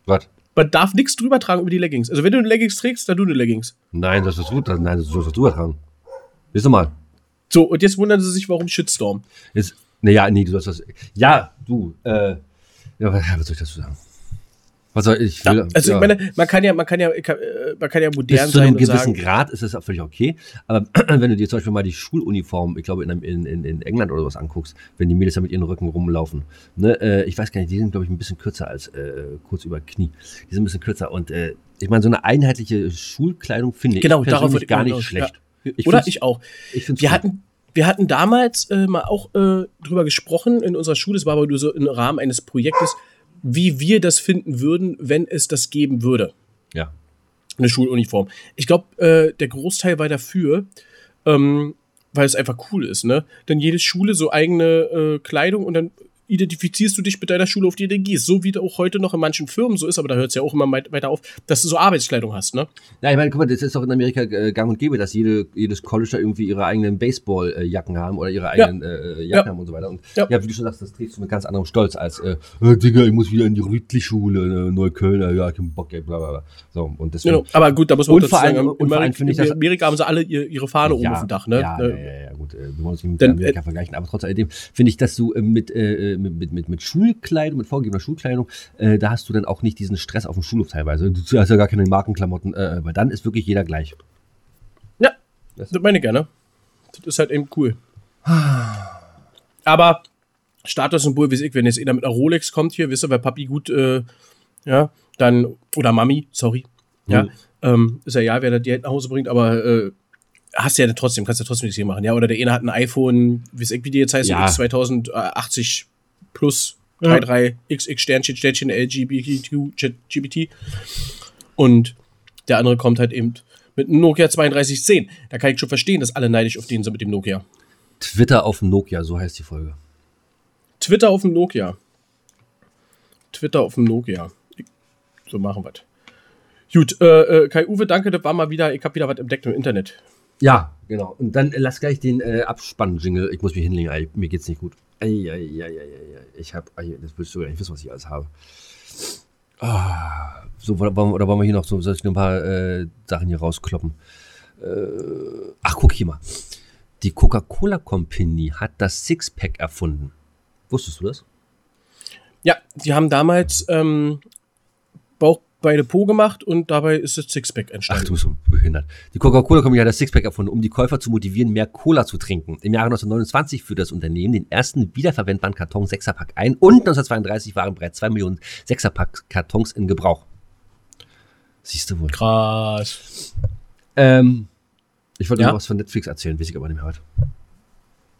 Was?
Man darf nichts drüber tragen über die Leggings. Also wenn du eine Leggings trägst, dann du eine Leggings.
Nein, das ist gut. Nein, das sollst du ertragen. Wisst ihr mal?
So, und jetzt wundern sie sich, warum Shitstorm.
Jetzt, naja, nee, du sollst das. Ja, du. Äh, ja, was soll ich dazu sagen? Was soll ich? will-
Also
ja.
ich meine, man kann ja, man kann ja, äh, man kann ja modern
bis zu
sein
einem
und
gewissen
sagen,
Grad ist das auch völlig okay. Aber [clears throat] wenn du dir zum Beispiel mal die Schuluniform, ich glaube in, einem, in, in, in England oder was anguckst, wenn die Mädels da mit ihren Rücken rumlaufen, ne, äh, ich weiß gar nicht, die sind glaube ich ein bisschen kürzer als äh, kurz über Knie. Die sind ein bisschen kürzer und äh, ich meine so eine einheitliche Schulkleidung finde
genau,
ich
darauf
persönlich
würde ich
gar
mal
nicht
hinaus.
schlecht.
Ja.
Ich
Oder
find's-
ich auch.
Ich finde
Wir hatten, wir hatten damals äh, mal auch äh, drüber gesprochen in unserer Schule, es war aber nur so im Rahmen eines Projektes, wie wir das finden würden, wenn es das geben würde,
ja
eine Schuluniform. Ich glaube, äh, der Großteil war dafür, ähm, weil es einfach cool ist, ne? Denn jede Schule so eigene äh, Kleidung und dann identifizierst du dich mit deiner Schule, auf die du gehst. So wie da auch heute noch in manchen Firmen so ist, aber da hört es ja auch immer weit- weiter auf, dass du so Arbeitskleidung hast, ne?
Ja, ich meine, guck mal, das ist doch in Amerika äh, gang und gäbe, dass jede, jedes College da irgendwie ihre eigenen Baseball-Jacken haben oder ihre eigenen äh, Jacken
Ja.
haben und so weiter. Und ja.
Ja.
wie du schon sagst, das trägst du mit ganz anderem Stolz als, äh, äh, Digga, ich muss wieder in die Rütli-Schule, äh, Neuköllner, ja, ich hab Bock, ey, bla, bla, bla. So, und deswegen.
Genau. Aber gut, da muss man
Und
auch dazu
vor allem-
sagen,
und vor allem
Amerika,
finde ich
in
das-
Amerika haben sie alle ihre, ihre Fahne oben auf dem Dach, ne?
Ja,
Ne?
ja, ja, ja, gut, äh, wir wollen uns nicht mit
Denn,
Amerika vergleichen, aber trotz alledem finde ich, dass du äh, mit, äh, mit, mit, mit, mit Schulkleidung, mit vorgegebener Schulkleidung, äh, da hast du dann auch nicht diesen Stress auf dem Schulhof teilweise. Du hast ja gar keine Markenklamotten, äh, weil dann ist wirklich jeder gleich.
Ja, das meine ich gerne. Das ist halt eben cool. Aber Statussymbol, wie ich, wenn jetzt einer mit einer Rolex kommt hier, wisst ihr, weil Papi gut, äh, ja, dann, oder Mami, sorry, ja, ähm, ist ja ja, wer das Geld nach Hause bringt, aber äh, hast ja trotzdem, kannst ja trotzdem nichts hier machen, ja, oder der eine hat ein iPhone, wie ich, wie die jetzt heißt,
Ja.
X 2080 plus 33 XX Sternchen, Sternchen, LGBTQ, GPT und der andere kommt halt eben mit einem Nokia 3210. Da kann ich schon verstehen, dass alle neidisch auf den sind mit dem Nokia.
Twitter auf dem Nokia, so heißt die Folge.
Twitter auf dem Nokia. Twitter auf dem Nokia. Ich- So machen wir Gut, äh, äh, Kai-Uwe, danke, das war mal wieder, ich habe wieder was entdeckt im Internet.
Ja, genau. Und dann äh, lass gleich den äh, Abspann-Jingle. Ich muss mich hinlegen, ey, mir geht's nicht gut. Ei, ei, ei, ei, ei, ei. Ich hab, ei, das willst du gar nicht wissen, was ich alles habe. Ah, so, wollen- wollen- oder wollen wir hier noch so soll ich noch ein paar äh, Sachen hier rauskloppen? Äh, ach, guck hier mal. Die Coca-Cola Company hat das Sixpack erfunden. Wusstest du das?
Ja, die haben damals ähm, Bauch, beide Po gemacht und dabei ist das Sixpack
Ach,
entstanden.
du bist so behindert. Die Coca-Cola Company hat das Sixpack erfunden, um die Käufer zu motivieren, mehr Cola zu trinken. Im Jahre 1929 führte das Unternehmen den ersten wiederverwendbaren Karton Sechserpack ein und 1932 waren bereits zwei Millionen Sechserpack-Kartons in Gebrauch. Siehst du wohl.
Krass.
Ähm, ich wollte
Ja?
noch was von Netflix erzählen, weiß ich aber nicht mehr heute.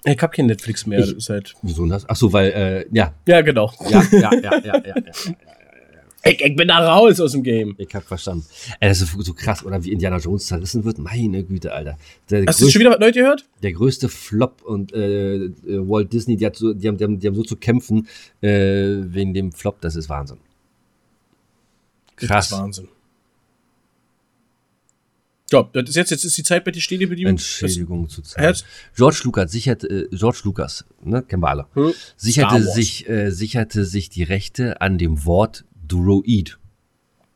Ich hab kein Netflix mehr.
Ich-
das ist halt.
Wieso denn das? Ach so, weil, äh, ja.
Ja, genau.
Ja, ja, ja, ja, ja, ja.
Ich, ich bin da raus aus dem Game.
Ich hab verstanden. Ey, das ist so krass, oder wie Indiana Jones zerrissen wird. Meine Güte, Alter. Der,
Hast du schon wieder was Neues gehört?
der größte Flop und äh, äh, Walt Disney, die, hat so, die, haben, die, haben, die haben so zu kämpfen äh, wegen dem Flop, das ist Wahnsinn.
Das
Krass.
ist Wahnsinn. Ja, das ist jetzt, jetzt ist die Zeit bei dir stehen geblieben.
Entschädigung zu zahlen.
Herz-
George Lucas sicherte, äh, George Lucas, ne, kennen wir alle,
Hm.
sicherte
Star Wars.
sich, äh, sicherte sich die Rechte an dem Wort Droid.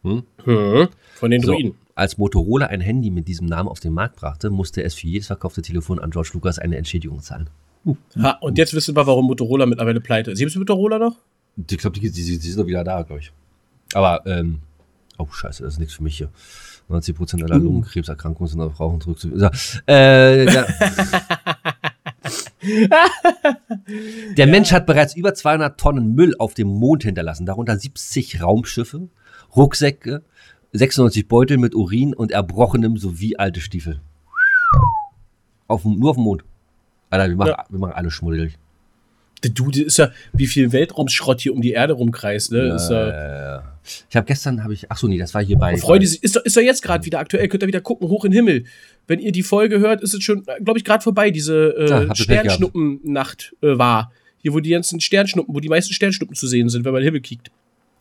Das- Hm. Von den
So,
Druiden.
als Motorola ein Handy mit diesem Namen auf den Markt brachte, musste es für jedes verkaufte Telefon an George Lucas eine Entschädigung zahlen.
Ha, und jetzt wissen wir, warum Motorola mittlerweile pleite ist. Siehst du Motorola noch?
Ich glaube, die, die, die sind doch wieder da, glaube ich. Aber, ähm, oh scheiße, das ist nichts für mich hier. 90%
Uh.
aller Lungenkrebserkrankungen sind auf Rauchen zurückzuführen. So, äh,
[laughs]
ja. Der Mensch hat bereits über 200 Tonnen Müll auf dem Mond hinterlassen, darunter 70 Raumschiffe, Rucksäcke, 96 Beutel mit Urin und Erbrochenem sowie alte Stiefel. Auf, dem- nur auf dem Mond. Alter, wir machen,
Ja.
wir machen alle schmuddelig.
Der Dude ist ja, wie viel Weltraumschrott hier um die Erde rumkreist, ne? ist,
Ja,
äh,
ja, ja. Ich habe gestern, habe ich, ach so, nee, das war hier bei.
Freude sich, ist, doch- ist doch jetzt gerade wieder aktuell, könnt ihr wieder gucken, hoch in den Himmel. Wenn ihr die Folge hört, ist es schon, glaube ich, gerade vorbei, diese
Ja, hab ich
äh,
Pech
Sternschnuppennacht äh, war. Hier, wo die ganzen Sternschnuppen, wo die meisten Sternschnuppen zu sehen sind, wenn man in den Himmel kickt.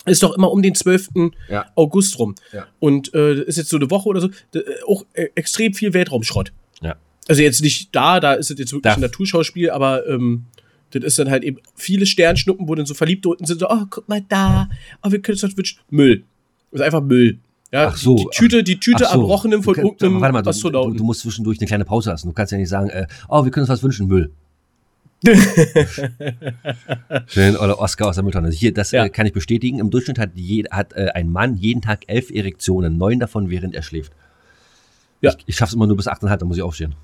Ist doch immer um den 12.
Ja.
August rum.
Ja.
Und äh, ist jetzt so eine Woche oder so, d- äh, auch äh, extrem viel Weltraumschrott.
Ja.
Also jetzt nicht da, da ist es jetzt wirklich
Da-
ein Naturschauspiel, aber ähm, das ist dann halt eben viele Sternschnuppen, wo dann so verliebt unten sind, so, oh, guck mal da, oh, wir können es doch wünschen. Müll. Das ist einfach Müll. Ja,
Ach so. ähm,
Die Tüte, die Tüte
Ach so,
erbrochenem von
du kannst-
irgendeinem
Warte mal, du, du,
Astronauten.
du musst zwischendurch eine kleine Pause lassen. Du kannst ja nicht sagen, äh, oh, wir können uns was wünschen,
[laughs]
Müll. Schön, oder Oscar aus der Mülltonne. Hier, das
Ja.
äh, kann ich bestätigen. Im Durchschnitt hat, je, hat äh, ein Mann jeden Tag elf Erektionen, neun davon während er schläft.
Ja.
Ich, ich schaff's immer nur bis 8,5, da muss ich aufstehen.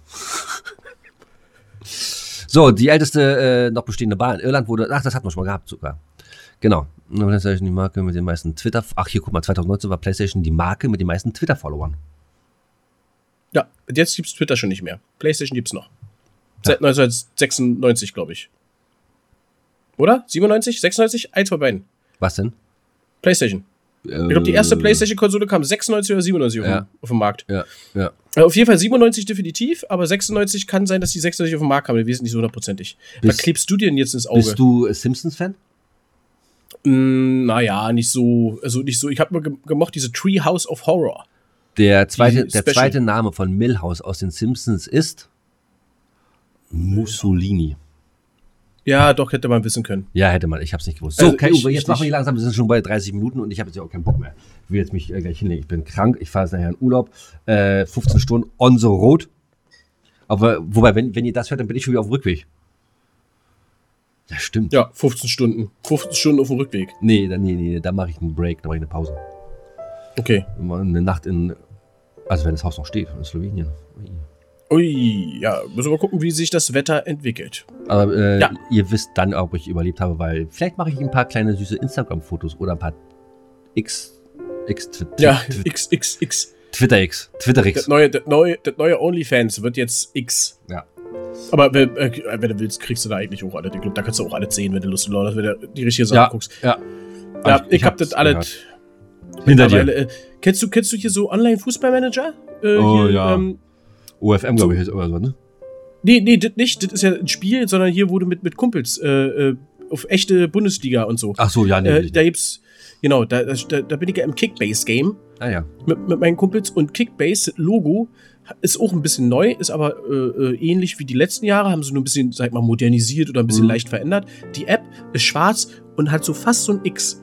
[laughs] so, die älteste äh, noch bestehende Bar in Irland wurde, ach, das hatten wir schon mal gehabt sogar. Genau. Und PlayStation die Marke mit den meisten Twitter. Ach, hier, guck mal, 2019 war PlayStation die Marke mit den meisten Twitter-Followern.
ja, und jetzt gibt's Twitter schon nicht mehr. PlayStation gibt's noch. Seit 1996, glaube ich. Oder? 97? 96? Eins von beiden.
Was denn?
PlayStation. Ich glaube, die erste PlayStation-Konsole kam 96 oder 97 auf
Äh. Ja.
den- auf den Markt.
Ja, ja.
Also auf jeden Fall 97 definitiv, aber 96 kann sein, dass die 96 auf den Markt kam. Wir wissen nicht so hundertprozentig. Was
Bist-
klebst du dir denn jetzt ins Auge?
Bist du äh, Simpsons-Fan?
Mm, naja, nicht so. Also nicht so. Ich habe mal gem- gemocht diese Treehouse of Horror.
Der zweite,
Die
der
Special.
zweite Name von Milhouse aus den Simpsons ist Mussolini.
Ja, doch, hätte man wissen können.
Ja, hätte man. Ich hab's nicht gewusst. So,
Also
Kai
ich-
Uwe, jetzt
ich-
machen wir
ich-
langsam. Wir sind schon bei 30 Minuten und ich habe jetzt ja auch keinen Bock mehr. Ich will jetzt mich äh, gleich hinlegen. Ich bin krank. Ich fahre jetzt nachher in Urlaub. Äh, 15 Stunden on the road. Aber wobei, wenn, wenn ihr das hört, dann bin ich schon wieder auf dem Rückweg. Ja, stimmt.
Ja, 15 Stunden. 15 Stunden auf dem Rückweg.
Nee, dann, nee, nee, da mache ich einen Break, da mache ich eine Pause.
Okay.
Mal Eine Nacht in, also wenn das Haus noch steht, in Slowenien. Ui.
Ui, ja, müssen wir mal gucken, wie sich das Wetter entwickelt.
Aber äh,
Ja.
ihr wisst dann, ob ich überlebt habe, weil vielleicht mache ich ein paar kleine süße Instagram-Fotos oder ein paar X, X, Twi-
Ja,
Twi-
XXX.
Twitter X, Twitter
Das
X.
neue, das neue, das neue OnlyFans wird jetzt X.
Ja.
Aber wenn, äh, wenn du willst, kriegst du da eigentlich auch alles. Ich glaube, da kannst du auch alles sehen, wenn du Lust und Laune hast, wenn du die richtige Sache
Ja,
guckst.
ja.
Ja,
Ich-
ich,
ich
hab
hab's
das alles.
Hinter dir.
mittlerweile, Äh, kennst, du, kennst du hier so Online-Fußballmanager? Äh,
Oh,
hier,
ja.
Ähm,
OFM, glaube ich, ist oder so, ne?
nee, nee, das nicht. Das ist ja ein Spiel, sondern hier wurde mit, mit Kumpels äh, äh, auf echte Bundesliga und so.
Ach so, ja, nee.
äh,
Äh,
da gibt's, genau, da, da, da bin ich ja im Kickbase-Game
ah, ja.
mit, mit meinen Kumpels und Kickbase-Logo ist auch ein bisschen neu, ist aber äh, äh, ähnlich wie die letzten Jahre, haben sie nur ein bisschen, sag ich mal, modernisiert oder ein bisschen
Mhm.
leicht verändert. Die App ist schwarz und hat so fast so ein X.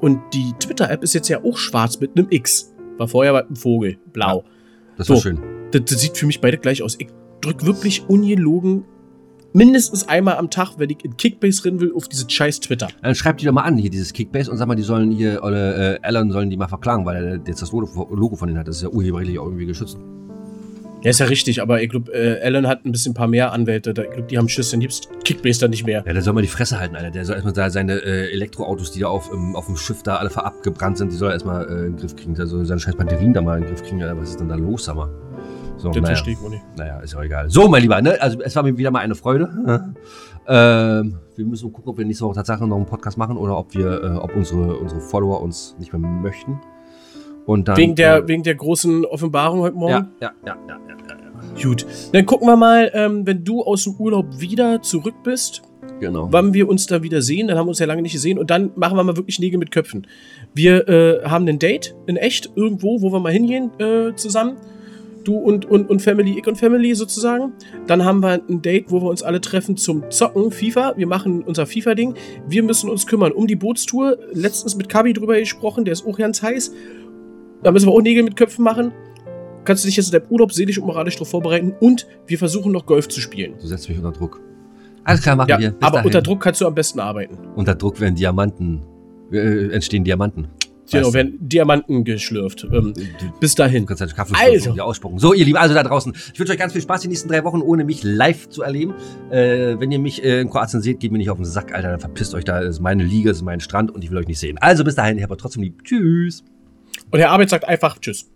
Und die Twitter-App ist jetzt ja auch schwarz mit einem X. War vorher war ein Vogel, blau.
Das
So.
war schön.
Das, das sieht für mich beide gleich aus. Ich drück wirklich ungelogen mindestens einmal am Tag, wenn ich in Kickbase rennen will, auf diese scheiß Twitter.
Dann schreibt die doch mal an, hier dieses Kickbase, und sag mal, die sollen hier, oder äh, Alan sollen die mal verklagen, weil er jetzt das Logo Logo von denen hat. Das ist ja urheberrechtlich auch irgendwie geschützt.
Ja, ist ja richtig, aber ich glaube, äh, Alan hat ein bisschen paar mehr Anwälte. Da, ich glaube, die haben Schiss, dann gibt's Kickbase da nicht mehr.
Ja, der soll mal die Fresse halten, Alter. Der soll erstmal da seine äh, Elektroautos, die da auf, ähm, auf dem Schiff da alle verabgebrannt sind, die soll er erstmal äh, in den Griff kriegen. Also seine scheiß Batterien da mal in den Griff kriegen, Alter. Was ist denn da los, sag mal? So,
Das
naja.
verstehe ich wohl nicht.
naja, ist ja auch egal. So, mein Lieber, ne? Also es war mir wieder mal eine Freude. [laughs] ähm, wir müssen gucken, ob wir nächste Woche tatsächlich noch einen Podcast machen oder ob wir, äh, ob unsere, unsere Follower uns nicht mehr möchten. Und dann.
Wegen der,
äh,
wegen der großen Offenbarung heute Morgen?
ja, ja, ja, ja, ja, ja,
Gut. Dann gucken wir mal, ähm, wenn du aus dem Urlaub wieder zurück bist,
ja. Genau.
wann wir uns da wieder sehen. Dann haben wir uns ja lange nicht gesehen. Und dann machen wir mal wirklich Nägel mit Köpfen. Wir äh, haben ein Date in echt irgendwo, wo wir mal hingehen äh, zusammen. Du und, und, und Family, ich und Family sozusagen. Dann haben wir ein Date, wo wir uns alle treffen zum Zocken, FIFA. Wir machen unser FIFA-Ding. Wir müssen uns kümmern um die Bootstour. Letztens mit Kabi drüber gesprochen, der ist auch ganz heiß. Da müssen wir auch Nägel mit Köpfen machen. Kannst du dich jetzt in deinem Urlaub seelisch und moralisch darauf vorbereiten? Und wir versuchen noch Golf zu spielen.
Du setzt mich unter Druck. Alles klar, machen
Ja,
wir. Bis
aber
dahin.
unter Druck kannst du am besten arbeiten.
Unter Druck werden Diamanten. Äh, entstehen Diamanten. Weißt
Genau,
du? Äh,
werden Diamanten geschlürft. Ähm,
Du-
bis
Du
dahin.
kannst halt Kaffee
Also.
also. und die ausspucken. So, ihr Lieben, also da draußen. Ich wünsche euch ganz viel Spaß die nächsten drei Wochen, ohne mich live zu erleben. Äh, wenn ihr mich äh, in Kroatien seht, geht mir nicht auf den Sack, Alter. Dann verpisst euch da. Das ist meine Liga, das ist mein Strand und ich will euch nicht sehen. Also bis dahin, ich habe trotzdem lieb. Tschüss.
Und Herr Arbeit sagt einfach Tschüss.